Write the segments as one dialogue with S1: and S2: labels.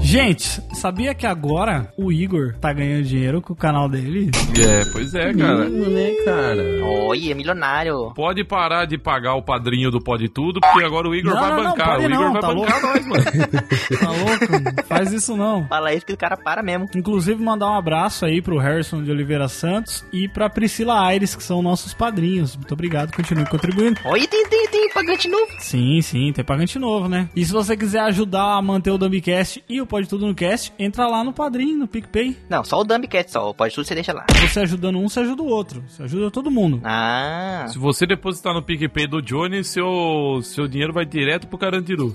S1: Gente, sabia que agora o Igor tá ganhando dinheiro com o canal dele?
S2: É, pois é, cara.
S3: Menino, né, cara?
S4: Olha, é milionário.
S2: Pode parar de pagar o padrinho do Pode Tudo, porque agora o Igor
S1: Não,
S2: vai
S1: não, não,
S2: bancar.
S1: pode
S2: o Igor
S1: não,
S2: vai
S1: tá
S2: bancar nós, mano.
S1: Tá louco? Não faz isso não.
S4: Fala isso que o cara para mesmo.
S1: Inclusive, mandar um abraço aí pro Harrison de Oliveira Santos e pra Priscila Aires, que são nossos padrinhos. Muito obrigado, continue contribuindo.
S4: Olha, tem, tem, tem pagante novo.
S1: Sim, sim, tem pagante novo, né? E se você quiser ajudar a manter o Dumbcast e o Pode Tudo no Cast, entra lá no Padrim, no PicPay.
S4: Não, só o Dumbcat, só. Pode tudo você deixa lá.
S1: Você ajudando um, você ajuda o outro. Você ajuda todo mundo.
S4: Ah.
S2: Se você depositar no PicPay do Johnny, seu, seu dinheiro vai direto pro Carandiru.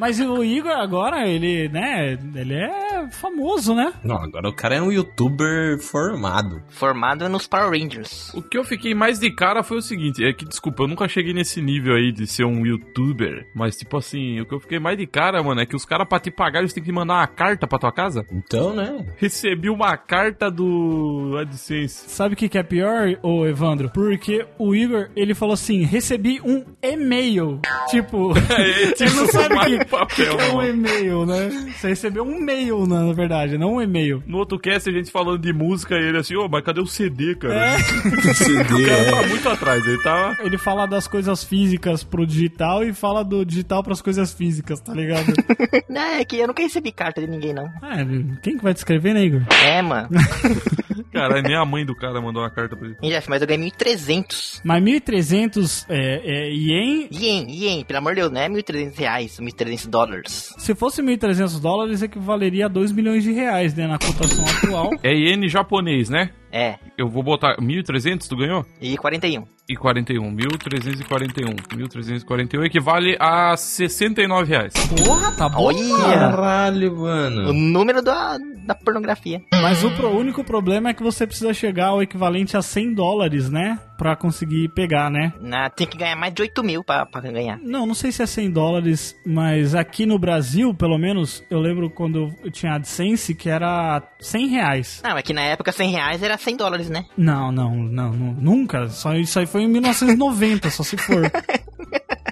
S1: Mas o Igor agora, ele, né, ele é famoso, né?
S3: Não, agora o cara é um youtuber formado.
S4: Formado nos Power Rangers.
S2: O que eu fiquei mais de cara foi o seguinte, é que, desculpa, eu nunca cheguei nesse nível aí de ser um youtuber, mas, tipo assim, o que eu fiquei mais de cara, mano, é que os caras, pra te pagar, eles têm que mandar uma carta pra tua casa.
S3: Então, né?
S2: Recebi uma carta do AdSense.
S1: Sabe o que, que é pior, ô Evandro? Porque o Igor, ele falou assim, recebi um e-mail. Tipo, ele não sabe o
S2: É, mais
S1: que,
S2: papel,
S1: que é um
S2: mano.
S1: e-mail, né? Você recebeu um e-mail, na na verdade, não um e-mail.
S2: No outro cast, a gente falando de música e ele assim, ô, mas cadê o CD,
S1: É.
S2: cara? O
S3: CD,
S2: cara
S3: é.
S2: tá muito atrás, ele tá...
S1: Ele fala das coisas físicas pro digital e fala do digital pras coisas físicas, tá ligado?
S4: Não, é que eu nunca recebi carta de ninguém, não.
S1: é, quem que vai te escrever, né, Igor?
S4: É, mano.
S2: Caralho, nem a mãe do cara mandou uma carta pra ele.
S4: Hein, Jeff, mas eu ganhei 1.300.
S1: Mas 1.300 é, é, ien...
S4: Ien, ien, pelo amor de Deus, não é 1.300 reais, 1.300 dólares.
S1: Se fosse 1.300 dólares, equivaleria a 2 milhões de reais, né, na cotação atual.
S2: É iene japonês, né?
S4: É,
S2: Eu vou botar 1.300, tu ganhou?
S4: e 41.
S2: e 41, 1341, 1341 equivale a 69 reais.
S1: Porra, tá bom.
S4: Olha!
S3: Caralho,
S4: O
S3: mano.
S4: número da, da pornografia.
S1: Mas o pro- único problema é que você precisa chegar ao equivalente a 100 dólares, né? Pra conseguir pegar, né?
S4: Na, Ah, tem que ganhar mais de 8 mil pra, pra ganhar.
S1: Não, não sei se é 100 dólares, mas aqui no Brasil, pelo menos, eu lembro quando eu tinha AdSense que era 100 reais.
S4: Não, é que na época 100 reais era 100 dólares, né?
S1: Não, não, não, não, nunca. Só, isso aí foi em 1990, só se for.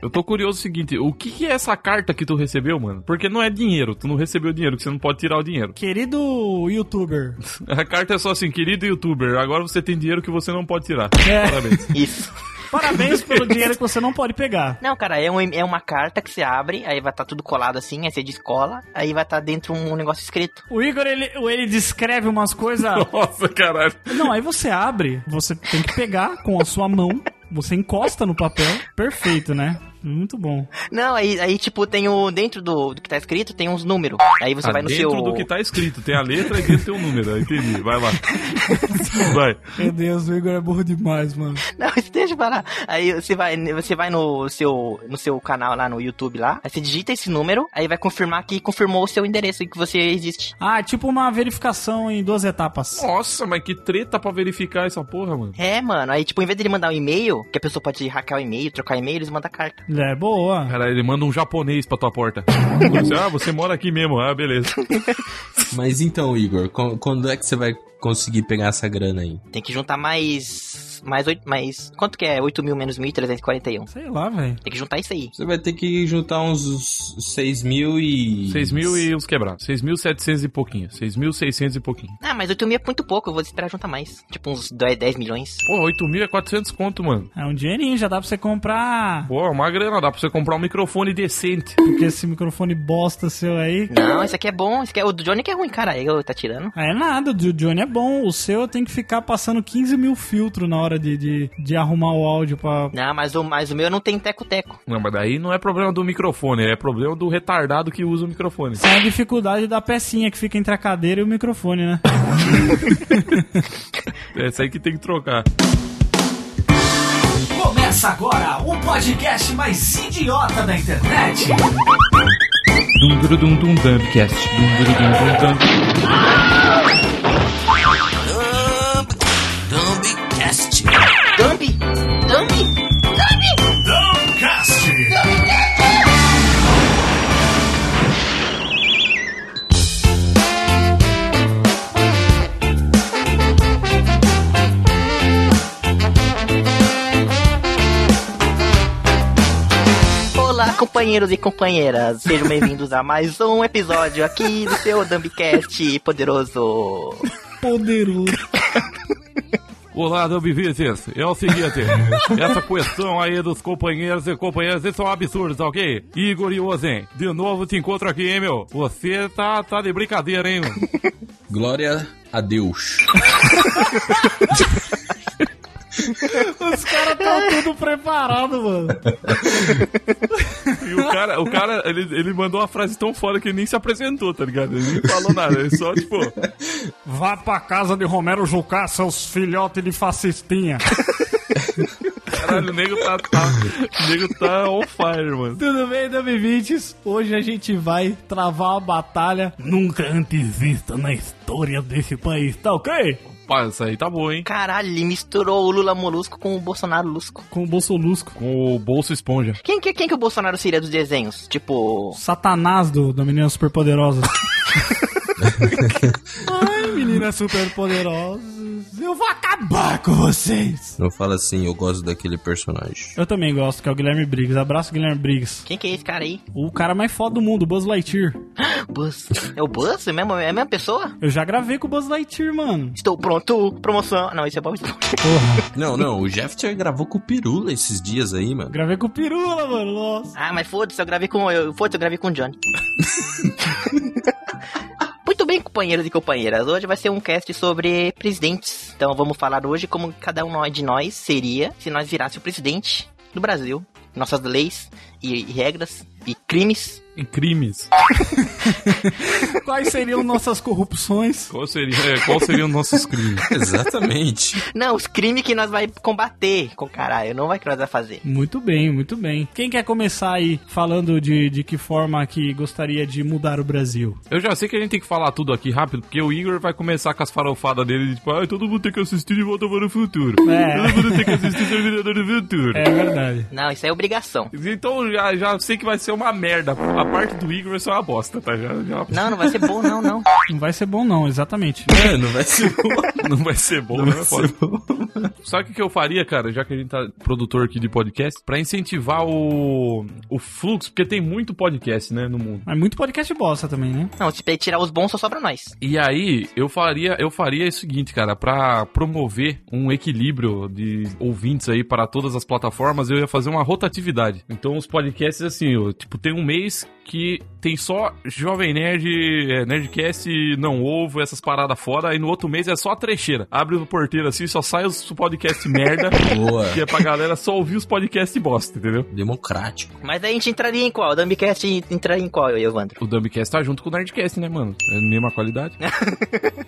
S2: Eu tô curioso o seguinte, o que, que é essa carta que tu recebeu, mano? Porque não é dinheiro, tu não recebeu dinheiro, que você não pode tirar o dinheiro.
S1: Querido youtuber.
S2: A carta é só assim, querido youtuber, agora você tem dinheiro que você não pode tirar.
S1: É.
S2: Parabéns.
S4: Isso.
S1: Parabéns pelo dinheiro que você não pode pegar.
S4: Não, cara, é, um, é uma carta que você abre, aí vai estar tudo colado assim, aí você descola, aí vai estar dentro um negócio escrito.
S1: O Igor, ele, ele descreve umas coisas.
S2: Nossa, caralho.
S1: Não, aí você abre, você tem que pegar com a sua mão, você encosta no papel. Perfeito, né? Muito bom.
S4: Não, aí, aí tipo, tem o. Dentro do, do que tá escrito tem uns números. Aí você
S2: Tá
S4: vai no
S2: dentro
S4: seu.
S2: do que tá escrito, tem a letra e dentro tem o número, entendi, vai lá. Vai.
S1: Meu Deus, o Igor é burro demais, mano.
S4: Não, deixa eu falar. Aí você vai, você vai no, seu, no seu canal lá no YouTube lá, aí você digita esse número, aí vai confirmar que confirmou o seu endereço e que você existe.
S1: Ah, é tipo uma verificação em duas etapas.
S2: Nossa, mas que treta pra verificar essa porra, mano.
S4: É, mano. Aí, tipo, em vez dele mandar um e-mail, que a pessoa pode hackear o e-mail, trocar e-mail, eles mandam carta.
S1: É, boa.
S2: Cara, ele manda um japonês pra tua porta. Você, ah, você mora aqui mesmo. Ah, beleza.
S3: Mas então, Igor, qu- quando é que você vai conseguir pegar essa grana aí?
S4: Tem que juntar mais. Mais oito. Mais. Quanto que é? 8 mil menos 1.341.
S1: Sei lá, velho.
S4: Tem que juntar isso aí.
S3: Você vai ter que juntar uns 6 mil e...
S2: 6 mil e uns quebrados. 6.700 e pouquinho. 6.600 e pouquinho.
S4: Ah, mas 8 mil é muito pouco, eu vou esperar juntar mais. Tipo, uns 10, 10 milhões.
S2: Pô, 8 mil é 400 conto, mano.
S1: É um dinheirinho, já dá pra você comprar.
S2: Pô, é uma grana. Dá pra você comprar um microfone decente.
S1: Porque esse microfone bosta seu aí.
S4: Não, esse aqui é bom. Esse aqui é... O do Johnny que é ruim, cara. Eu tá tirando.
S1: É nada, o do Johnny é bom. O seu tem que ficar passando 15 mil filtros na hora de, de, de arrumar o áudio pra.
S4: Não, mas o, mas o meu não tem teco-teco.
S2: Não, mas daí não é problema do microfone. É problema do retardado que usa o microfone.
S1: Isso é a dificuldade da pecinha que fica entre a cadeira e o microfone, né?
S2: É isso aí que tem que trocar.
S5: Começa agora o podcast mais idiota da internet.
S2: Dum duru dum dum dumpcast. Dum duru dum dum dump.
S5: Dumbcast.
S4: Dumbi! Dumbi!
S5: Dumbcast.
S4: Olá, companheiros e companheiras, sejam bem-vindos a mais um episódio aqui do seu Dumbcast poderoso.
S3: Poderoso.
S2: Olá, Dumbvites. É o seguinte, essa questão aí dos companheiros e companheiras, isso é um absurdo, tá ok? Igor e Ozen, de novo te encontro aqui, hein, meu? Você tá, tá de brincadeira, hein?
S3: Glória a Deus.
S1: Os caras estão tá tudo preparado, mano.
S2: E o cara, o cara ele, ele mandou uma frase tão foda que ele nem se apresentou, tá ligado? Ele nem falou nada, ele só, tipo...
S1: Vá pra casa de Romero Jucá, seus filhotes de fascistinha.
S2: Caralho, o nego tá, tá, o nego tá on fire, mano.
S1: Tudo bem, Damivites? Hoje a gente vai travar a batalha nunca antes vista na história desse país, tá ok?
S2: Pá, isso aí tá bom, hein?
S4: Caralho, ele misturou o Lula Molusco com o Bolsonaro Lusco.
S1: Com o Bolsolusco.
S2: Com o bolso esponja.
S4: Quem que, quem que o Bolsonaro seria dos desenhos? Tipo.
S1: Satanás do, da Menina Superpoderosa. Ai, meninas superpoderosas, eu vou acabar com vocês.
S3: Não fala assim, eu gosto daquele personagem.
S1: Eu também gosto, que é o Guilherme Briggs. Abraço, Guilherme Briggs.
S4: Quem que é esse cara aí?
S1: O cara mais foda do mundo, Buzz Lightyear.
S4: Buzz. É o Buzz? É, mesmo, é a mesma pessoa?
S1: Eu já gravei com o Buzz Lightyear, mano.
S4: Estou pronto. Promoção. Não, esse é Bob Esponja.
S1: Porra.
S3: Não, não, o Jeff Tier gravou com o Pirula esses dias aí, mano.
S1: Gravei com o Pirula, mano. Nossa.
S4: Ah, mas foda-se, eu gravei com. Eu, foda-se, eu gravei com o Johnny. Muito bem, companheiros e companheiras. Hoje vai ser um cast sobre presidentes. Então vamos falar hoje como cada um de nós seria se nós virássemos o presidente do Brasil. Nossas leis e, e regras e crimes.
S2: E crimes.
S1: Quais seriam nossas corrupções?
S2: Qual seria, é, qual seriam nossos crimes?
S3: Exatamente.
S4: Não, os crimes que nós vai combater com caralho. Não vai que nós vai fazer.
S1: Muito bem, muito bem. Quem quer começar aí falando de, de que forma que gostaria de mudar o Brasil?
S2: Eu já sei que a gente tem que falar tudo aqui rápido, porque o Igor vai começar com as farofadas dele, tipo, ai, todo mundo tem que assistir de volta para o futuro.
S1: É.
S2: Todo mundo tem que assistir Terminador do Futuro.
S1: É verdade.
S4: Não, isso é obrigação.
S2: Então já, já sei que vai ser uma merda. A parte do Igor vai ser uma bosta, tá? Já, já-
S4: Não, não vai ser bom, não, não.
S1: Não vai ser bom, não, exatamente.
S3: É, não vai ser boa.
S2: Não vai ser bom,
S3: Não
S2: né?
S3: vai
S2: Foda.
S3: ser boa.
S2: Sabe o que, que eu faria, cara, já que a gente tá produtor aqui de podcast, pra incentivar o, o fluxo, porque tem muito podcast, né, no mundo.
S1: Mas muito podcast bosta também, né?
S4: Não, se tirar os bons, só sobra nós.
S2: E aí, eu faria, eu faria o seguinte, cara, pra promover um equilíbrio de ouvintes aí para todas as plataformas, eu ia fazer uma rotatividade. Então, os podcasts, assim, eu, tipo, tem um mês que tem só Jovem Nerd, é, Nerdcast, Não Ovo, essas paradas fora, e no outro mês é só a trecheira. Abre o porteiro assim, só sai os podcasts merda,
S3: Boa.
S2: que é pra galera só ouvir os podcasts bosta, entendeu?
S3: Democrático.
S4: Mas aí a gente entraria em qual? O Dumbcast entraria em qual, eu e Evandro?
S2: O Dumbcast tá junto com o Nerdcast, né, mano? É a mesma qualidade.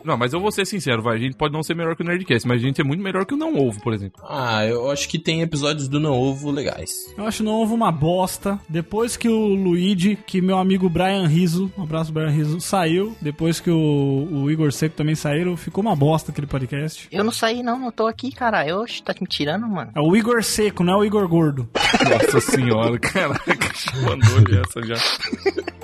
S2: não, mas eu vou ser sincero, vai. A gente pode não ser melhor que o Nerdcast, mas a gente é muito melhor que o Não Ovo, por exemplo.
S3: Ah, eu acho que tem episódios do Não Ovo legais.
S1: Eu acho não houve uma bosta. Depois que o Luigi, que meu amigo Brian Rizzo, um abraço Brian Rizzo, saiu. Depois que o, o Igor Seco também saíram, ficou uma bosta aquele podcast.
S4: Eu não saí, não, não tô aqui, cara. Eu oxe, tá me tirando, mano.
S1: É o Igor Seco, não é o Igor Gordo.
S2: Nossa senhora, caraca, mandou é essa já.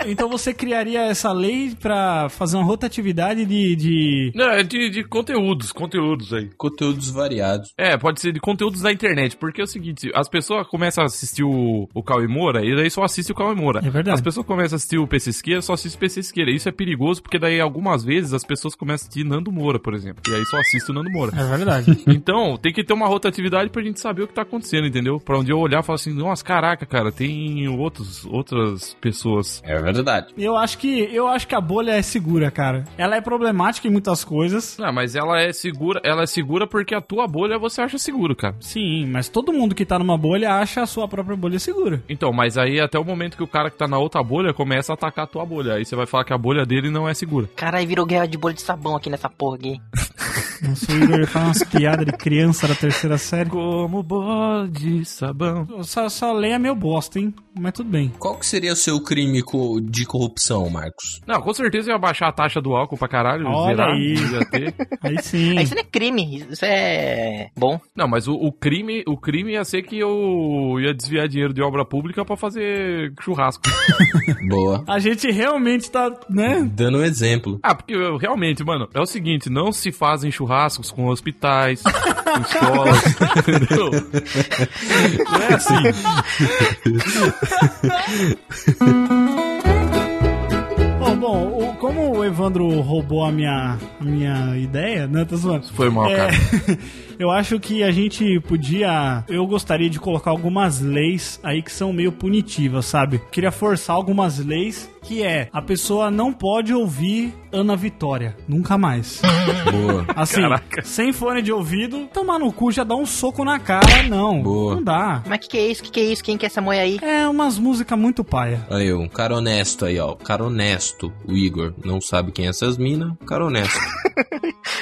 S1: Então você criaria essa lei pra fazer uma rotatividade de. de...
S2: Não, é de, de conteúdos, conteúdos aí.
S3: Conteúdos variados.
S2: É, pode ser de conteúdos da internet, porque é o seguinte, as pessoas começam a assistir o, o Cauê Moura e daí só assiste o Cauê Moura.
S1: É verdade.
S2: As pessoas começam a assistir o PC Siqueira, só assiste o PC Siqueira. Isso é perigoso, porque daí algumas vezes as pessoas começam a assistir Nando Moura, por exemplo. E aí só assiste o Nando Moura.
S1: É verdade.
S2: Então, tem que ter uma rotatividade pra gente saber o que tá acontecendo, entendeu? Pra onde eu olhar e falar assim, nossa, caraca, cara, tem outros, outras pessoas.
S3: É verdade.
S1: Eu acho que eu acho que a bolha é segura, cara. Ela é problemática em muitas coisas.
S2: Ah, mas ela é segura, ela é segura porque a tua bolha você acha seguro, cara.
S1: Sim, mas todo mundo que tá numa bolha acha a sua própria bolha segura.
S2: Então, mas aí até o momento que o cara que tá na outra bolha começa a atacar a tua bolha. Aí você vai falar que a bolha dele não é segura.
S4: Caralho, virou guerra de bolha de sabão aqui nessa porra aqui.
S1: Nossa, o Igor faz umas piadas de criança da terceira série.
S2: Como bode sabão.
S1: Só, só leia meu bosta, hein? Mas tudo bem.
S3: Qual que seria o seu crime co- de corrupção, Marcos?
S2: Não, com certeza eu ia baixar a taxa do álcool pra caralho.
S1: Olha
S2: zerar,
S1: aí.
S2: ia ter.
S1: Aí sim.
S4: Aí isso não é crime, isso é bom.
S2: Não, mas o, o crime, o crime ia ser que eu ia desviar dinheiro de obra pública pra fazer churrasco.
S3: Boa.
S1: A gente realmente tá, né?
S3: Dando um exemplo.
S2: Ah, porque eu, realmente, mano, é o seguinte, não se fazem churrasco churrascos com hospitais, com escolas. entendeu? Não é assim.
S1: Bom, bom, o- como o Evandro roubou a minha, a minha ideia, né? Tô zoando.
S2: Foi mal,
S1: É,
S2: cara.
S1: eu acho que a gente podia. Eu gostaria de colocar algumas leis aí que são meio punitivas, sabe? Queria forçar algumas leis que é a pessoa não pode ouvir Ana Vitória. Nunca mais.
S3: Boa.
S1: Assim,
S2: Caraca.
S1: sem fone de ouvido, tomar no cu já dá um soco na cara. Não,
S3: Boa.
S1: não dá.
S4: Mas que que é isso? Que que é isso? Quem que é essa mulher aí?
S1: É umas músicas muito paia.
S3: Aí, um cara honesto aí, ó. Um Cara honesto. O Igor não sabe quem é essas minas. um Cara honesto.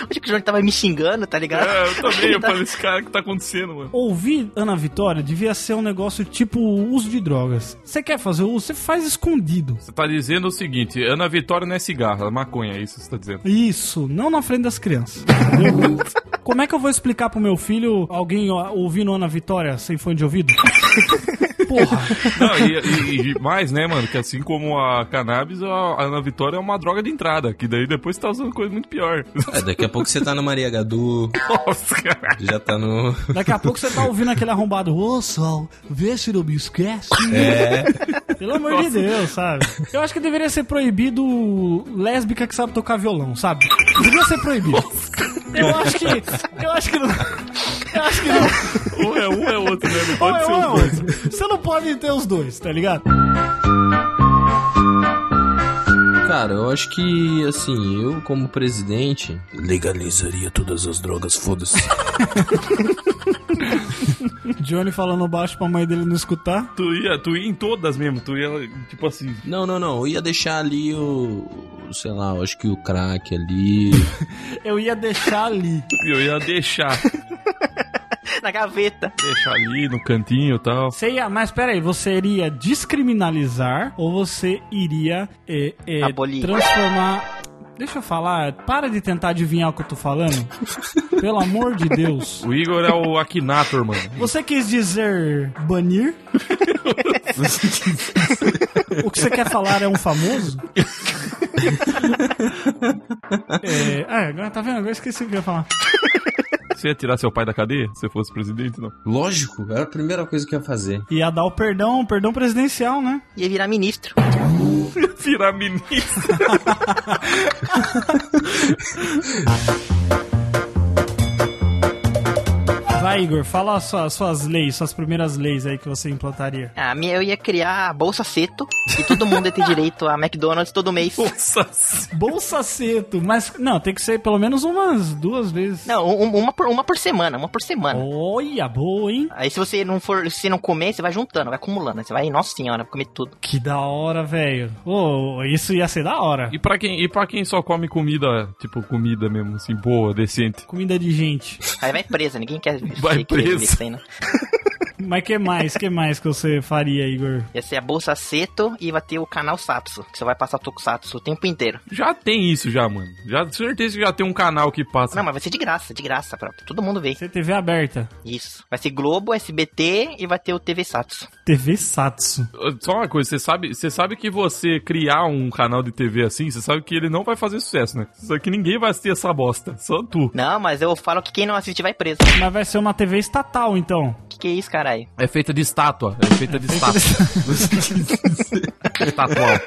S4: Acho que o Johnny tava me xingando, tá ligado?
S2: É, eu também, eu falei, esse cara o que tá acontecendo, mano.
S1: Ouvir Ana Vitória devia ser um negócio tipo uso de drogas. Você quer fazer uso, você faz escondido.
S2: Você tá dizendo o seguinte, Ana Vitória não é cigarro, é maconha, é isso que você tá dizendo.
S1: Isso, não na frente das crianças. entendeu? Como é que eu vou explicar pro meu filho alguém ó, ouvindo Ana Vitória sem fone de ouvido? Porra.
S2: Não, e, e- e mais, né, mano, que assim como a cannabis, a a Ana Vitória é uma droga de entrada, que daí depois você tá usando coisa muito pior.
S3: É, daqui a pouco você tá na Maria Gadu,
S2: Nossa, cara.
S3: já tá no.
S1: Daqui a pouco você tá ouvindo aquele arrombado. Ô, sol, vê se não me esquece.
S3: É.
S1: Pelo amor de Deus, sabe? Eu acho que deveria ser proibido lésbica que sabe tocar violão, sabe? Deveria ser proibido. Eu acho que. Eu acho que não. Eu acho que não.
S2: Ou é um ou é outro, né? Não pode
S1: Ou é
S2: ser
S1: um,
S2: os
S1: ou é
S2: dois.
S1: outro. Você não pode ter os dois, tá ligado?
S3: Cara, eu acho que, assim, eu como presidente. Legalizaria todas as drogas, foda-se.
S1: Johnny falando baixo pra mãe dele não escutar.
S2: Tu ia, tu ia em todas mesmo, tu ia, tipo assim,
S3: Não, não, não. Eu ia deixar ali o. o, Sei lá, eu acho que o crack ali.
S1: Eu ia deixar ali.
S2: eu ia deixar,
S4: Na gaveta.
S2: deixar ali no cantinho e tal.
S1: Você ia, mas peraí, você iria descriminalizar ou você iria é, é,
S4: Abolir.
S1: transformar. Deixa eu falar, para de tentar adivinhar o que eu tô falando. Pelo amor de Deus.
S2: O Igor é o Akinator, mano.
S1: Você quis dizer banir? o que você quer falar é um famoso? é, ah, agora tá vendo? Agora eu esqueci o que eu ia falar.
S2: Você ia tirar seu pai da cadeia se você fosse presidente, não?
S3: Lógico, era a primeira coisa que eu ia fazer.
S1: Ia dar o perdão, o perdão presidencial, né?
S4: Ia virar ministro.
S2: Virar ministro.
S1: Vai, Igor, fala as suas, suas leis, suas primeiras leis aí que você implantaria.
S4: Ah, minha, eu ia criar a Bolsa Seto. E todo mundo ia ter direito a McDonald's todo mês.
S2: Nossa
S1: Bolsa Seto, mas não, tem que ser pelo menos umas duas vezes.
S4: Não, um- uma, por, uma por semana, uma por semana.
S1: Olha, boa, hein?
S4: Aí se você não for, se não comer, você vai juntando, vai acumulando. Aí Você vai, nossa senhora, vou comer tudo.
S1: Que da hora, velho. Ô, isso ia ser da hora.
S2: E pra quem, e pra quem só come comida, tipo, comida mesmo, assim, boa, decente.
S1: Comida de gente.
S4: Aí vai presa, ninguém quer
S2: Vai
S4: quer- quer
S2: preso.
S4: ver isso aí, né?
S1: Mas que mais, que mais que você faria, Igor?
S4: Ia ser a Bolsa Seto e vai ter o canal Sapso, que você vai passar Tokusatsu o tempo inteiro.
S2: Já tem isso, já, mano. Já certeza que já tem um canal que passa.
S4: Não, mas vai ser de graça, de graça, pra todo mundo ver.
S1: Você TV aberta.
S4: Isso. Vai ser Globo, SBT e vai ter o TV Satsu.
S1: TV Satsu.
S2: Só uma coisa, você sabe, você sabe que você criar um canal de TV assim, você sabe que ele não vai fazer sucesso, né? Só que ninguém vai assistir essa bosta. Só tu.
S4: Não, mas eu falo que quem não assiste vai preso.
S1: Mas vai ser uma TV estatal, então.
S4: Que que é isso, caralho?
S2: É feita de estátua. É feita de estátua. Estatual.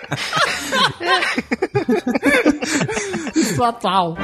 S1: Estatal.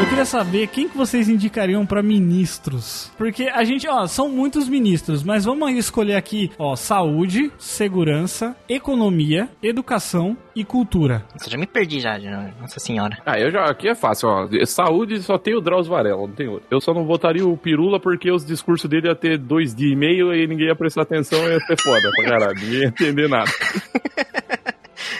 S1: Eu queria saber quem que vocês indicariam pra ministros. Porque a gente, ó, são muitos ministros, mas vamos aí escolher aqui, ó, saúde, segurança, economia, educação e cultura.
S4: Nossa, já me perdi já, já, nossa senhora.
S2: Ah, eu já. Aqui é fácil, ó. Saúde só tem o Drauzio Varela, não tem outro. Eu só não votaria o Pirula porque os discursos dele ia ter dois dias e meio e ninguém ia prestar atenção e ia ser foda pra caralho. Ninguém ia entender nada.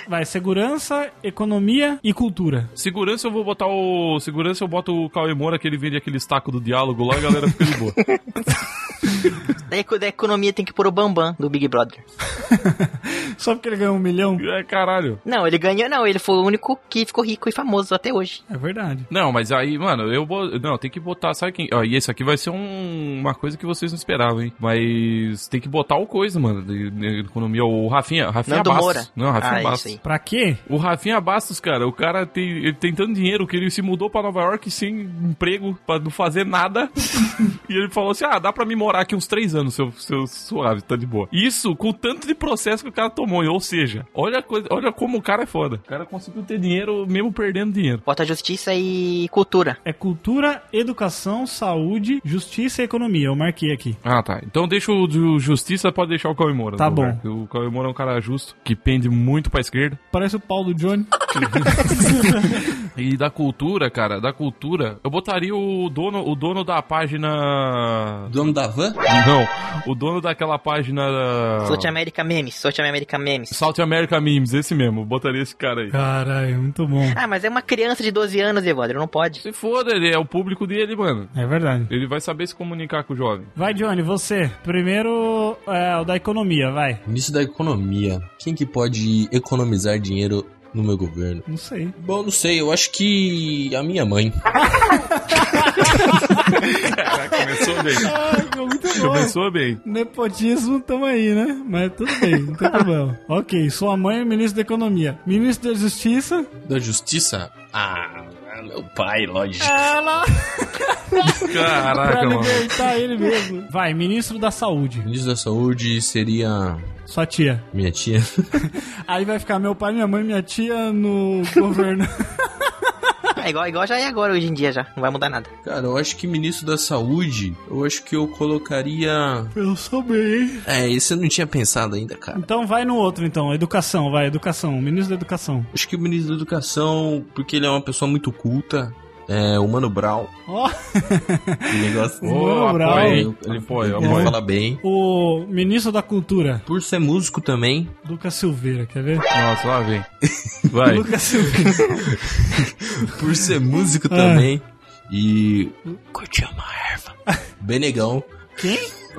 S1: Vai, segurança, economia e cultura.
S2: Segurança eu vou botar o. Segurança eu boto o Cauê Moura que ele vende aquele estaco do diálogo lá e a galera fica de boa.
S4: Daí quando a economia tem que pôr o Bambam do Big Brother.
S1: Só porque ele ganhou um milhão?
S2: É, caralho.
S4: Não, ele ganhou, não, ele foi o único que ficou rico e famoso até hoje.
S1: É verdade.
S2: Não, mas aí, mano, eu vou. Não, tem que botar. Sabe quem. Ó, e esse aqui vai ser um- uma coisa que vocês não esperavam, hein? Mas tem que botar o coisa, mano, de, de economia. O Rafinha. Rafinha
S4: Nando
S2: Bastos.
S4: Moura.
S2: Não, é um Rafinha
S4: Ah,
S2: Bastos.
S4: isso aí.
S1: Pra quê?
S2: O Rafinha Bastos, cara, o cara tem, ele tem tanto dinheiro que ele se mudou pra Nova York sem emprego, pra não fazer nada. e ele falou assim: ah, dá pra me morar aqui uns três anos, seu, seu suave, tá de boa. Isso com o tanto de processo que o cara tomou. Ou seja, olha, a coisa, olha como o cara é foda. O cara conseguiu ter dinheiro mesmo perdendo dinheiro.
S4: Bota justiça e cultura.
S1: É cultura, educação, saúde, justiça e economia. Eu marquei aqui.
S2: Ah, tá. Então deixa o de justiça, pode deixar o Cauê Moura.
S1: Tá
S2: no
S1: bom.
S2: lugar. O Cauê Moura é um cara justo, que pende muito pra esquerda.
S1: Parece o pau do Johnny.
S2: E da cultura, cara, da cultura, eu botaria o dono, o dono da página.
S3: Dono da van?
S2: Não, o dono daquela página.
S4: South America Memes, South America Memes.
S2: South America Memes, esse mesmo, botaria esse cara aí.
S1: Caralho, muito bom.
S4: Ah, mas é uma criança de 12 anos, Evandro, não pode.
S2: Se foda, ele é o público dele, mano.
S1: É verdade.
S2: Ele vai saber se comunicar com o jovem.
S1: Vai, Johnny, você. Primeiro é o da economia, vai.
S3: Ministro da Economia. Quem que pode economizar dinheiro no meu governo?
S1: Não sei.
S3: Bom, não sei, eu acho que a minha mãe.
S2: Caraca, começou bem.
S1: Ah, ficou muito
S2: Começou bem.
S1: Nepotismo, tamo aí, né? Mas tudo bem, não tem problema. ok, sua mãe é ministro da Economia. Ministro da Justiça.
S3: Da Justiça? Ah, meu pai, lógico.
S1: Ela! pra
S2: Caraca, mano.
S1: libertar ele mesmo. Vai, ministro da Saúde.
S3: Ministro da Saúde seria
S1: Sua tia.
S3: minha tia.
S1: Aí vai ficar meu pai, minha mãe, minha tia no governo.
S4: É igual, igual já é agora, hoje em dia já. Não vai mudar nada.
S3: Cara, eu acho que ministro da Saúde, eu acho que eu colocaria.
S1: Eu sou bem, hein?
S3: É, esse eu não tinha pensado ainda, cara.
S1: Então vai no outro, então. Educação, vai. Educação. Ministro da Educação.
S3: Acho que o ministro da Educação, porque ele é uma pessoa muito culta. É, o Mano Brau.
S1: Ó,
S3: O negócio.
S2: Ô,
S1: Mano Brown.
S2: apoia, hein? Ele apoia,
S3: ele
S2: apoia.
S3: fala bem.
S1: o ministro da Cultura.
S3: Por ser músico também.
S1: Lucas Silveira, quer ver?
S2: Nossa, lá vem. Vai.
S1: Lucas Silveira.
S3: Por ser músico também. E. Curte É. uma erva. Benegão.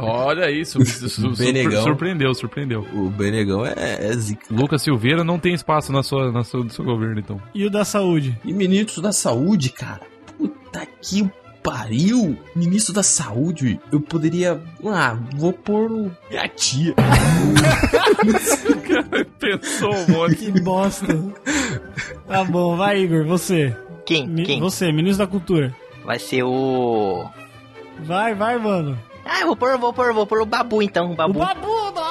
S2: Olha isso. su- su-
S3: Benegão.
S2: surpreendeu, surpreendeu.
S3: O Benegão é, é zica.
S2: Lucas Silveira não tem espaço na sua, na sua, do seu governo, então.
S1: E o da Saúde.
S3: E ministro da saúde, cara. Puta que pariu! Ministro da saúde, eu poderia. Ah, vou pôr o. Minha tia.
S2: Pensou um monte.
S1: Que bosta. Tá bom, vai, Igor, você.
S4: Quem?
S1: Mi-
S4: Quem?
S1: Você, ministro da Cultura.
S4: Vai ser o.
S1: Vai, vai, mano.
S4: Ah, eu vou pôr, eu vou pôr, eu vou pôr o Babu então. O
S2: Tá
S1: O
S4: Babu
S1: Babuda!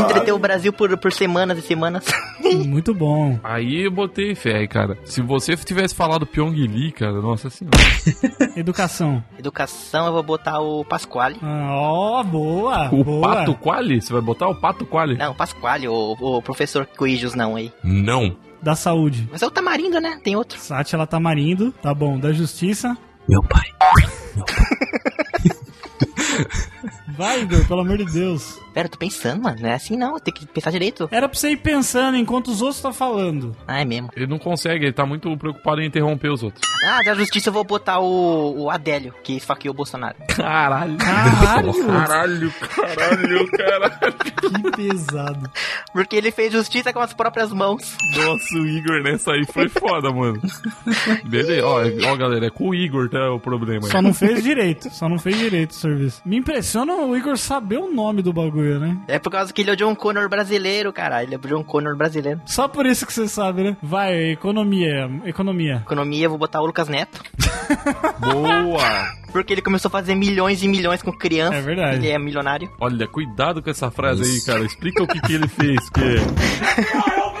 S4: entreter o Brasil por, por semanas e semanas.
S1: Muito bom.
S2: Aí eu botei fé, cara. Se você tivesse falado Pyong Lee, cara, nossa senhora.
S1: Educação.
S4: Educação, eu vou botar o Pasquale.
S1: Ah, Ó, boa.
S2: O
S1: Ah, boa.
S2: Pato Quali? Você vai botar o Pato Quali?
S4: Não, Pasquale, o, o professor Cuijos não aí.
S3: Não.
S1: Da saúde.
S4: Mas é o Tamarindo, né? Tem outro.
S1: Sati, ela tá marindo. Tá bom. Da justiça.
S3: Meu pai.
S1: Vai, Igor, pelo amor de Deus.
S4: Pera, eu tô pensando, mano. Não é assim não, tem que pensar direito.
S1: Era pra você ir pensando enquanto os outros estão falando.
S4: Ah, é mesmo.
S2: Ele não consegue, ele tá muito preocupado em interromper os outros.
S4: Ah, da justiça eu vou botar o, o Adélio, que esfaqueou o Bolsonaro.
S2: Caralho.
S1: Caralho,
S2: Caralho, caralho, caralho.
S1: que pesado.
S4: Porque ele fez justiça com as próprias mãos.
S2: Nossa, o Igor nessa aí foi foda, mano. Beleza, ó, ó, galera, é com o Igor tá o problema.
S1: Só
S2: aí.
S1: não fez direito. Só não fez direito o serviço. Me impressiona o Igor saber o nome do bagulho, né?
S4: É por causa que ele é o John Connor brasileiro, cara. Ele é o John Connor brasileiro.
S1: Só por isso que você sabe, né? Vai, economia, economia.
S4: Economia, eu vou botar o Lucas Neto.
S2: Boa.
S4: Porque ele começou a fazer milhões e milhões com criança.
S1: É verdade.
S4: Ele é milionário.
S2: Olha, cuidado com essa frase aí,
S3: Isso.
S2: cara. Explica o que, que ele fez, que é.
S4: Ele faz-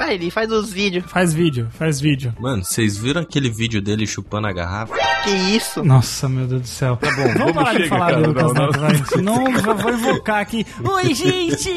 S4: ah, ele faz os vídeos.
S1: Faz vídeo, faz vídeo.
S3: Mano, vocês viram aquele vídeo dele chupando a garrafa?
S4: Que isso?
S1: Nossa, meu Deus do céu. Tá bom, vamos
S2: vamos,
S1: parar de
S2: chega,
S1: falar
S2: cara,
S1: do Lucas
S2: não,
S1: Neto,
S2: não.
S1: vai. Senão já vou invocar aqui. Oi, gente!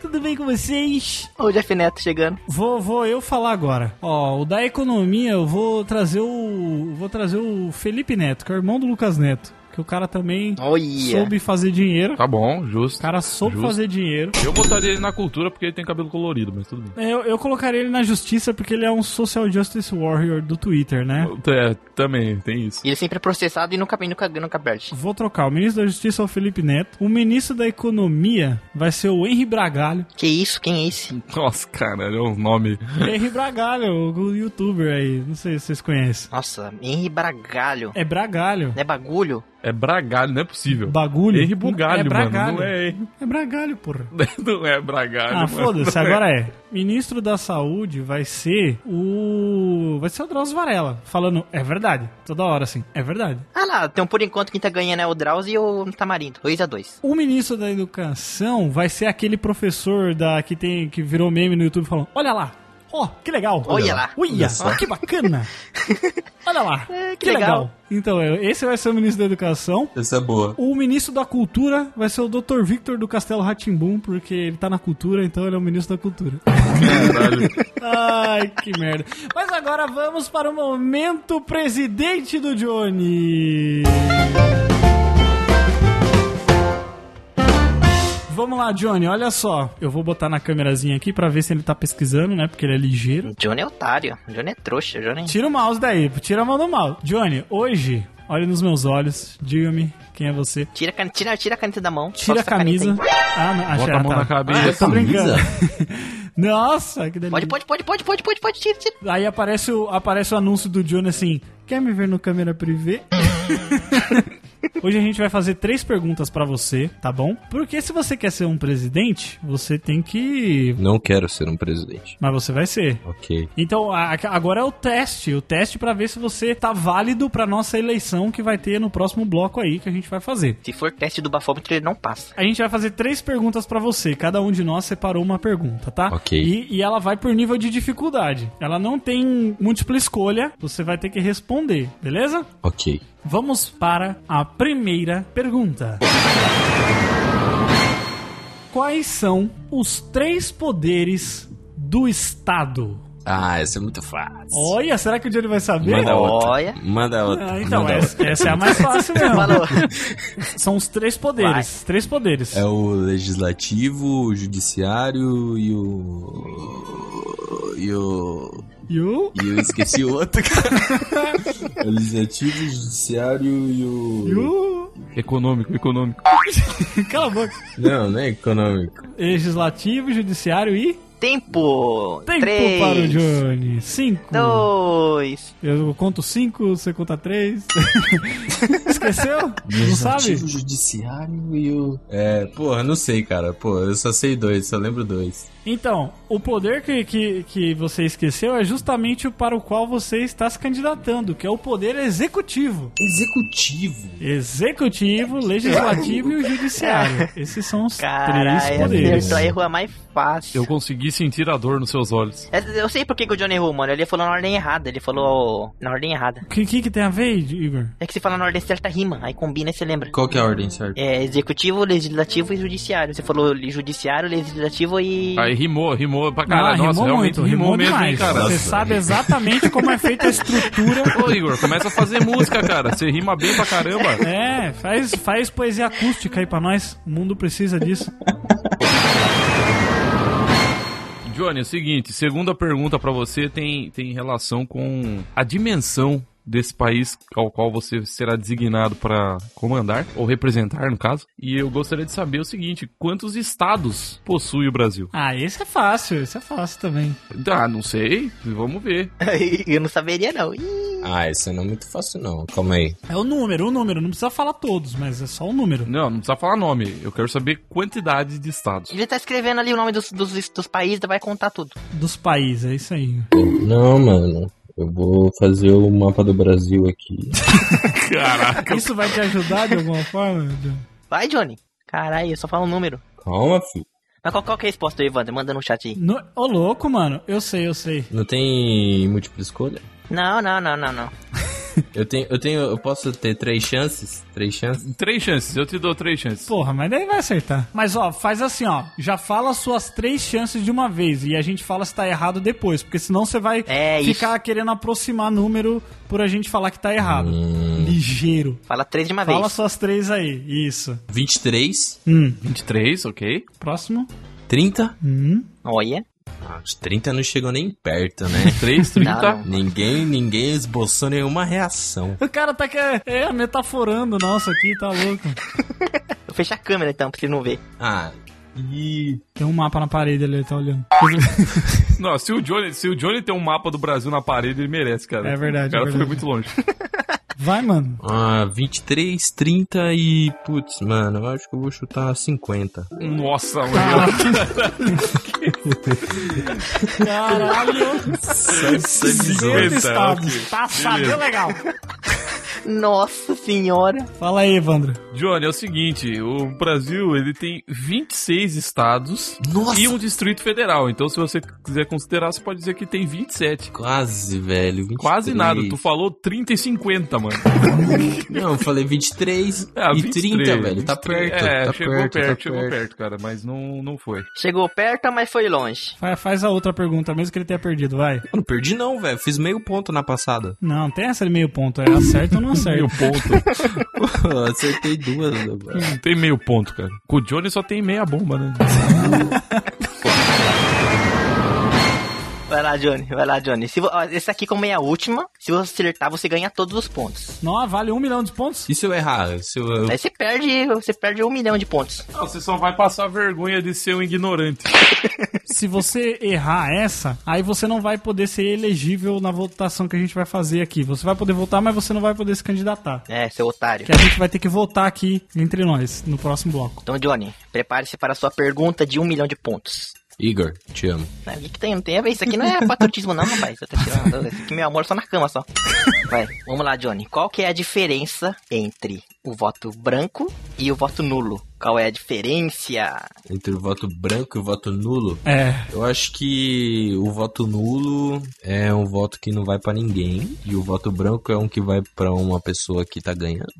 S1: Tudo bem com vocês?
S4: Ô, Jeff Neto chegando.
S1: Vou, vou eu falar agora. Ó, o da economia eu vou trazer o. Vou trazer o Felipe Neto, que é o irmão do Lucas Neto. que o cara também
S4: Olha.
S1: soube fazer dinheiro.
S2: Tá bom,
S1: O
S2: justo.
S1: cara soube
S2: Justo.
S1: fazer dinheiro. É,
S2: Eu botaria ele na cultura porque ele tem cabelo colorido, mas tudo bem.
S1: Eu, eu colocaria ele na justiça porque ele é um social justice warrior do Twitter, né?
S2: É, também, tem isso.
S4: E ele sempre é processado e nunca, e nunca, nunca perde.
S1: Vou trocar. O ministro da Justiça é o Felipe Neto. O ministro da Economia vai ser o Henri Bragalho.
S4: Que isso? Quem é esse?
S2: Nossa, cara, é um nome.
S1: Henri Bragalho, o youtuber aí. Não sei se vocês conhecem.
S4: Nossa, Henry Bragalho.
S1: É Bragalho.
S4: Não é bagulho?
S2: É Bragalho, não é possível.
S1: Bagulho.
S2: Henri Bugalho,
S1: é Bragalho.
S2: mano. Não é,
S1: É Bragalho, porra.
S2: não é Bragalho.
S1: Ah,
S2: mano.
S1: foda-se, agora é. Ministro da Saúde vai ser o. Vai ser o Drauzio Varela. Falando, é verdade. Toda hora, assim, é verdade.
S4: Ah lá, então por enquanto quem tá ganhando é o Drauzio e o Tamarindo. 2x2.
S1: O ministro da Educação vai ser aquele professor da que tem que virou meme no YouTube falando: "Olha lá. Ó, que legal.
S4: Olha lá.
S1: Olha,
S3: Olha só.
S1: que bacana. Olha lá.
S4: É,
S1: que
S4: que
S1: legal.
S4: legal.
S1: Então, é, esse vai ser o ministro da Educação.
S3: Essa é boa.
S1: O ministro da Cultura vai ser o Dr. Victor do Castelo Ratimbum, porque ele tá na cultura, então ele é o ministro da Cultura.
S2: Caralho.
S1: Ai, que merda. Mas agora vamos para o momento presidente do Johnny. Vamos lá, Johnny, olha só. Eu vou botar na câmerazinha aqui pra ver se ele tá pesquisando, né? Porque ele é ligeiro.
S4: Johnny é otário. Johnny é trouxa. Johnny.
S1: Tira o mouse daí, tira a mão do mouse. Johnny, hoje, olhe nos meus ollos, diga-me quem é você.
S4: Tira, a can- tira, tira a caneta da mão.
S1: Tira a
S4: Solta essa caneta
S1: camisa.
S4: aí.
S1: Ah, não, achei,
S2: Bota a mão
S1: tá.
S2: na
S1: Eu
S2: cabeça.
S1: tô brincando.
S3: Camisa?
S1: Nossa, que delícia.
S4: Pode, pode, pode, pode, pode, pode, pode, tira, tira.
S1: Aí aparece o, aparece o anúncio do Johnny assim: Quer me ver no câmera privê? Hoje a gente vai fazer três perguntas pra você, tá bom? Porque se você quer ser um presidente, você tem que.
S3: Não quero ser um presidente.
S1: Mas você vai ser.
S3: Ok.
S1: Então, a- a- agora é o teste, o teste pra ver se você tá válido pra nossa eleição que vai ter no próximo bloco aí que a gente vai fazer.
S4: Se for teste do bafômetro, ele não passa.
S1: A gente vai fazer três perguntas pra você. Cada um de nós separou uma pergunta, tá?
S3: Ok.
S1: E, e ela vai por nível de dificuldade. Ela não tem múltipla escolha. Você vai ter que responder, beleza?
S3: Ok.
S1: Vamos para a primeira pergunta. Quais são os três poderes do Estado?
S3: Ah, essa é muito fácil.
S1: Olha, será que o Johnny vai saber?
S3: Manda outra.
S4: Olha.
S3: Manda outra.
S1: Ah, então,
S3: Manda
S1: essa, essa é a mais fácil mesmo.
S4: Falou.
S1: São os três poderes. Três poderes.
S3: É o legislativo, o judiciário e o. E o.
S1: E o...
S3: E eu esqueci o outro, cara. É o legislativo, o judiciário e o.
S1: E o...
S2: Econômico, econômico.
S1: Cala a boca.
S3: Não, não é econômico.
S1: Legislativo, Judiciário e
S4: Tempo.
S1: Tempo
S4: Três,
S1: para o Johnny. Cinco.
S4: Dois.
S1: Eu conto cinco, você conta três. Esqueceu? Não
S3: Legislativo,
S1: sabe?
S3: judiciário e o. É, porra, não sei, cara. Pô, eu só sei dois, só lembro dois.
S1: Então, o poder que, que, que você esqueceu é justamente o para o qual você está se candidatando, que é o poder executivo.
S3: Executivo.
S1: Executivo,
S4: É.
S1: legislativo e o judiciário. Esses são os três
S4: Caralho,
S1: poderes.
S4: acertou a erro é mais fácil.
S2: Eu consegui sentir a dor nos seus olhos.
S4: É, Eu sei por que, que o Johnny errou, mano. Ele falou na ordem errada. Ele falou na ordem errada.
S1: O que, que, que tem a ver, Igor?
S4: É que você fala na ordem certa, rima. Aí combina e você lembra.
S3: Qual que é a ordem, certo?
S4: É, executivo, legislativo e judiciário. Você falou li- judiciário, legislativo e.
S2: Aí rimou, rimou pra caralho.
S1: Ah,
S2: Nossa, realmente rimou, mesmo, hein, cara.
S1: Você
S3: Nossa.
S1: sabe exatamente como é feita a estrutura
S2: Ô, Igor, começa a fazer música, cara. Você rima bem pra caramba.
S1: É, faz, faz poesia acústica aí pra nós. O mundo precisa disso.
S2: Johnny, é o seguinte, segunda pergunta pra você tem, tem relação com a dimensão desse país ao qual você será designado pra comandar ou representar, no caso. E eu gostaria de saber o seguinte, quantos estados possui o Brasil?
S1: Ah, esse é fácil, esse é fácil também.
S2: Ah, não sei, vamos ver.
S4: eu não saberia, não. Ih,
S3: Ah, esse não é muito fácil, não. Calma aí.
S1: É o número, o número. Não precisa falar todos, mas é só o número.
S2: Não, não precisa falar nome, eu quero saber quantidade de estados.
S4: Ele tá escrevendo ali o nome dos, dos, dos países, vai contar tudo.
S1: Dos países, é isso aí.
S3: Não, mano. Eu vou fazer o mapa do Brasil aqui.
S2: Caraca.
S1: Isso vai te ajudar de alguma forma? John?
S4: Vai, Johnny. Caralho, eu só falo um número.
S3: Calma, filho.
S4: Mas qual, qual que é a resposta, Evandro? Manda no chat aí.
S1: No- Ô, louco, mano. Eu sei, eu sei.
S3: Não tem múltipla escolha?
S4: Não, não, não, não, não.
S3: Eu tenho, eu tenho, eu posso ter três chances? Três chances?
S2: Três chances, eu te dou três chances.
S1: Porra, mas daí vai acertar. Mas ó, faz assim, ó. Já fala as suas três chances de uma vez. E a gente fala se tá errado depois. Porque senão você vai
S4: É
S1: ficar querendo aproximar número por a gente falar que tá errado.
S3: Hum,
S1: ligeiro.
S4: Fala três de uma
S1: Fala
S4: vez.
S1: suas três aí. Isso.
S3: 23,
S1: Hum.
S2: 23, ok.
S1: Próximo.
S3: 30.
S1: Hum.
S4: Olha.
S3: Ah, os 30 não chegou nem perto, né?
S2: 3, 30.
S3: ninguém, ninguém esboçou nenhuma reação.
S1: O cara tá que é, é, metaforando nosso aqui, tá louco.
S4: Eu fecho a câmera então, pra vocês não verem.
S3: Ah, e
S1: Tem um mapa na parede ali, ele tá olhando.
S2: Não, se o, Johnny, se o Johnny tem um mapa do Brasil na parede, ele merece, cara.
S1: É verdade,
S2: O cara
S1: é
S2: foi
S1: verdade.
S2: muito longe.
S1: Vai, mano.
S3: Ah, 23, 30 e. Putz, mano, eu acho que eu vou chutar 50.
S2: Nossa,
S3: Tá.
S2: mano.
S1: Caralho. 50 estados. Tá sabendo legal.
S4: Nossa senhora.
S1: Fala aí, Evandro.
S2: Johnny, é o seguinte, o Brasil, ele tem 26 estados
S3: Nossa!
S2: e um distrito federal. Então, se você quiser considerar, você pode dizer que tem 27.
S3: Quase, velho. 23.
S2: Quase nada, tu falou 30 e 50, mano.
S3: Não, eu falei 23
S2: É,
S3: e
S2: 23,
S3: 30, velho. Tá
S2: 23.
S3: perto.
S2: É,
S3: tá
S2: chegou
S3: perto,
S2: perto,
S3: tá
S2: chegou perto.
S3: perto.
S2: cara, mas não, não foi.
S4: Chegou perto, mas foi longe.
S1: Fa- Faz a outra pergunta, mesmo que ele tenha perdido, vai.
S3: Eu não perdi, não, velho. Fiz meio ponto na passada.
S1: Não, tem essa de meio ponto. É acerta ou não acerta?
S2: Meio ponto.
S3: Eu Acertei duas. velho.
S2: não tem meio ponto, cara. Com o Johnny só tem meia bomba, né?
S4: Vai lá, Johnny. Vai lá, Johnny. Se vo- ó, Esse aqui, como é a última, se você acertar, você ganha todos os pontos.
S1: Não, vale um milhão de pontos?
S3: E se eu errar? Se eu, eu-
S4: Aí você perde, você perde um milhão de pontos.
S2: Não, você só vai passar vergonha de ser um ignorante.
S1: Se você errar essa, aí você não vai poder ser elegível na votação que a gente vai fazer aqui. Você vai poder votar, mas você não vai poder se candidatar.
S4: É, seu otário.
S1: Que a gente vai ter que votar aqui entre nós, no próximo bloco.
S4: Então, Johnny, prepare-se para a sua pergunta de um milhão de pontos.
S3: Igor, te amo.
S4: Ah, O que, que tem? Não tem a ver. Isso aqui não é patriotismo, não, rapaz. Eu tô tirando. Isso aqui, meu amor, só na cama só. Vai, vamos lá, Johnny. Qual que é a diferença entre o voto branco e o voto nulo? Qual é a diferença?
S3: Entre o voto branco e o voto nulo,
S1: É,
S3: eu acho que o voto nulo é um voto que não vai pra ninguém. E o voto branco é um que vai pra uma pessoa que tá ganhando.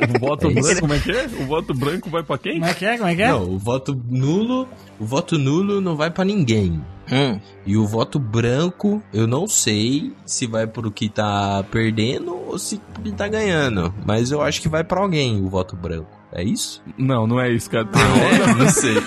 S2: O voto
S3: É isso.
S2: branco, como é que é? O voto branco vai pra quem?
S1: como é que é? Como é que é?
S3: Não, o voto nulo, o voto nulo não vai pra ninguém.
S4: Hum,
S3: E o voto branco, eu não sei se vai pro que tá perdendo ou se pro que tá ganhando. Mas eu acho que vai pra alguém o voto branco. É isso?
S2: Não, não é isso, cara.
S3: É, não sei.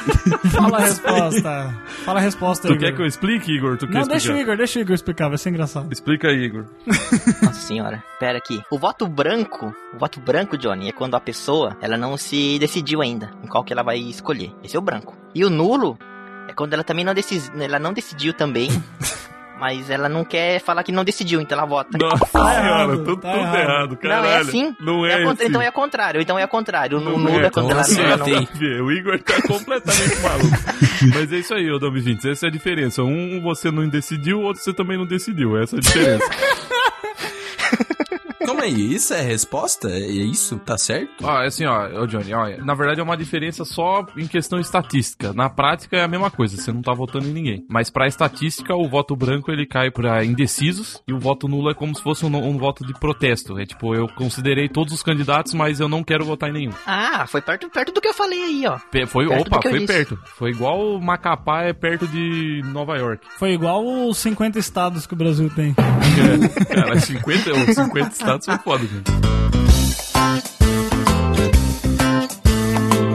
S1: Fala a resposta. Fala a resposta,
S2: Tu
S1: Igor.
S2: quer que eu explique, Igor? Tu quer
S1: Não, deixa o
S2: explicar?
S1: Igor, deixa o Igor explicar, vai ser engraçado.
S2: Explica aí, Igor.
S4: nossa senhora. Pera aqui. O voto branco, o voto branco, Johnny, é quando a pessoa, ela não se decidiu ainda em qual que ela vai escolher. Esse é o branco. E o nulo é quando ela também não decidiu, ela não decidiu também, mas ela não quer falar que não decidiu, então ela vota.
S2: Nossa senhora,
S1: errado,
S2: tudo,
S1: tá
S2: tudo
S1: errado.
S2: errado, caralho.
S4: Não é assim?
S2: Não é,
S4: É ao contra-
S2: assim.
S4: Então é ao contrário, então é ao contrário. O
S2: Não
S4: nulo
S2: é,
S4: é quando
S3: então
S4: ela
S3: acerta,
S4: ela não
S3: hein?
S2: Vê, O Igor tá completamente maluco. Mas é isso aí, Odome Vintes. Essa é a diferença. Um você não decidiu, o outro você também não decidiu. Essa é a diferença.
S3: Calma aí, isso é a resposta? É isso? Tá certo?
S2: ó, é assim, ó, ô Johnny, ó, na verdade é uma diferença só em questão estatística. Na prática é a mesma coisa, você não tá votando em ninguém. Mas pra estatística, o voto branco ele cai pra indecisos e o voto nulo é como se fosse um, um voto de protesto. É tipo, eu considerei todos os candidatos, mas eu não quero votar em nenhum.
S4: Ah, foi perto, perto do que eu falei aí, ó.
S2: Pe- Foi,
S4: Perto do
S2: opa,
S4: que eu
S2: foi
S4: disse.
S2: perto. Foi igual o Macapá é perto de Nova York.
S1: Foi igual os 50 estados que o Brasil tem.
S2: Cara, 50, os 50 estados foi foda, gente.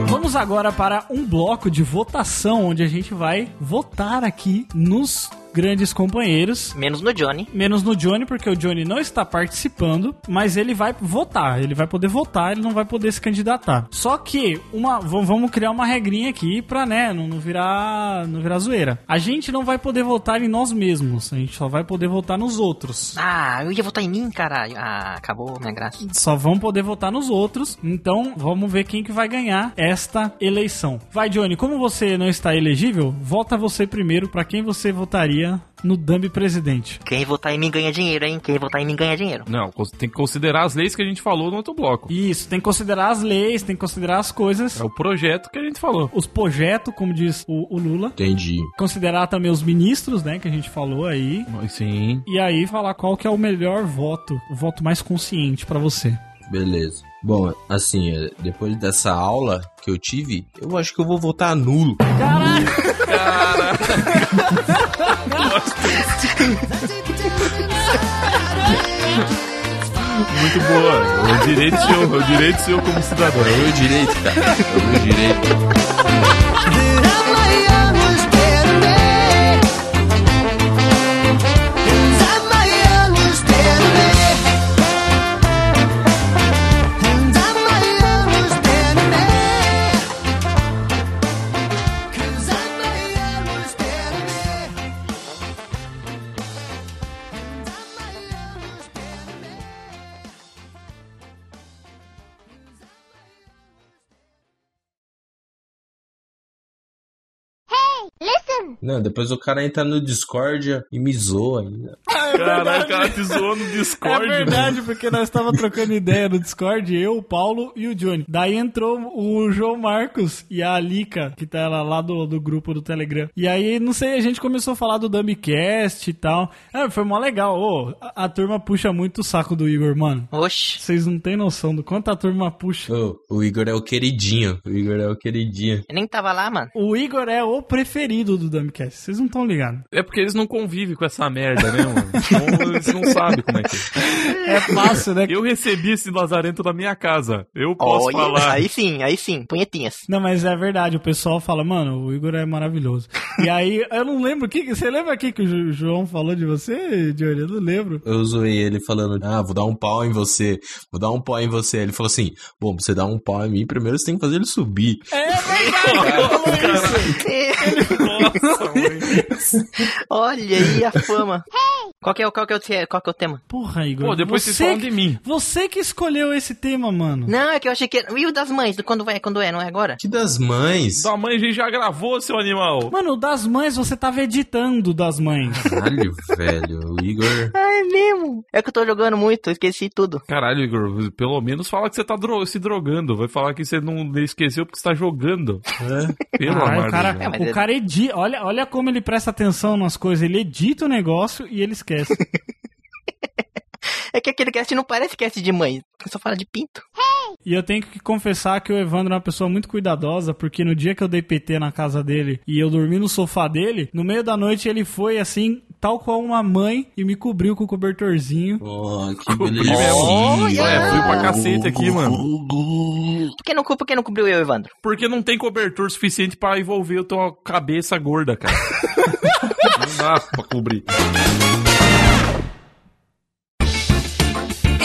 S1: Vamos agora para um bloco de votação, onde a gente vai votar aqui nos grandes companheiros.
S4: Menos no Johnny.
S1: Menos no Johnny, porque o Johnny não está participando, mas ele vai votar. Ele vai poder votar, ele não vai poder se candidatar. Só que uma, v- vamos criar uma regrinha aqui pra, né, não, não virar, não virar zoeira. A gente não vai poder votar em nós mesmos, a gente só vai poder votar nos outros.
S4: Ah, eu ia votar em mim, caralho. Ah, acabou minha graça.
S1: Só vão poder votar nos outros, então vamos ver quem que vai ganhar esta eleição. Vai, Johnny, como você não está elegível, vota você primeiro pra quem você votaria no Dumb Presidente.
S4: Quem votar em mim ganha dinheiro, hein? Quem votar em mim ganha dinheiro.
S2: Não, cons- tem que considerar as leis que a gente falou no outro bloco.
S1: Isso, tem que considerar as leis, tem que considerar as coisas,
S2: É o projeto que a gente falou.
S1: os projetos, como diz o, o Lula,
S3: Entendi.
S1: considerar também os ministros, né, que a gente falou aí.
S2: Sim.
S1: E aí falar qual que é o melhor voto, o voto mais consciente pra você.
S3: Beleza. Bom, assim, é, depois dessa aula que eu tive, eu acho que eu vou votar nulo.
S6: That's it, darling. It's fine.
S2: Muito boa. O direito seu, o direito seu como cidadão.
S3: É o meu direito, cara. É o meu direito. Não, depois o cara entra no Discord e me zoa ainda.
S2: Caralho, o cara te zoou no
S1: É
S2: Discord.
S1: verdade, porque nós estava trocando ideia no Discord, eu, o Paulo e o Johnny. Daí entrou o João Marcos e a Alica, que tá ela lá do, do grupo do Telegram. E aí, não sei, a gente começou a falar do Dumbcast e tal. É, foi mó legal. Ô, a, a turma puxa muito o saco do Igor, mano.
S4: Oxe.
S1: Vocês não têm noção do quanto a turma puxa.
S3: Ô, o Igor é o queridinho. O Igor é o queridinho.
S4: Eu nem tava lá, mano.
S1: O Igor é o preferido do Dumbcast, vocês não estão ligados.
S2: É porque eles não convivem com essa merda, né, mano? Então eles não sabem como é que é.
S1: É fácil, né?
S2: Eu recebi esse lazarento da minha casa. Eu posso
S4: Olha,
S2: falar.
S4: Aí sim, aí sim. Punhetinhas.
S1: Não, mas é verdade, o pessoal fala, mano, o Igor é maravilhoso. E aí, eu não lembro o que. que- Você lembra o que, que o Jo- João falou de você, Johnny? Eu não lembro.
S3: Eu zoei ele falando, ah, vou dar um pau em você, vou dar um pau em você. Ele falou assim, bom, pra você dar um pau em mim, primeiro você tem que fazer ele subir.
S2: Nossa, mãe.
S4: Olha aí a fama. Qual que é, o- qual que é, o, te- qual que é o tema?
S1: Porra, Igor.
S2: Pô, depois vocês falam de mim.
S1: Você que escolheu esse tema, mano.
S4: Não, é que eu achei que era... E o das mães? Do quando vai, quando é, não é agora?
S3: Que das mães.
S2: Sua mãe a gente já gravou, seu animal.
S1: Mano, o das mães, você tava editando o das mães.
S3: Caralho, velho, o Igor...
S2: Ah,
S4: É mesmo. É que eu tô jogando muito, eu esqueci tudo.
S2: Caralho, Igor, pelo menos fala que você tá dro- se drogando. Vai falar que você não esqueceu porque você tá jogando. Pelo
S1: Caralho,
S2: amor
S1: o
S2: de
S1: cara,
S2: Deus.
S4: É, mas
S1: o
S4: ele-
S1: cara edita. Olha, olha como ele presta atenção nas coisas. Ele edita o negócio e ele esquece.
S4: É que aquele cast não parece cast de mãe. Só fala de pinto.
S1: E eu tenho que confessar que o Evandro é uma pessoa muito cuidadosa, porque no dia que eu dei PT na casa dele e eu dormi no sofá dele, no meio da noite ele foi assim, tal qual uma mãe, e me cobriu com o cobertorzinho.
S3: Oh, que
S2: Cobriu
S3: belezinha.
S2: mesmo.
S4: Olha,
S2: fui É, pra cacete aqui,
S3: mano.
S4: Por que não, por que não cobriu eu, Evandro?
S2: Porque não tem cobertor suficiente pra envolver a tua cabeça gorda, cara. não dá pra cobrir.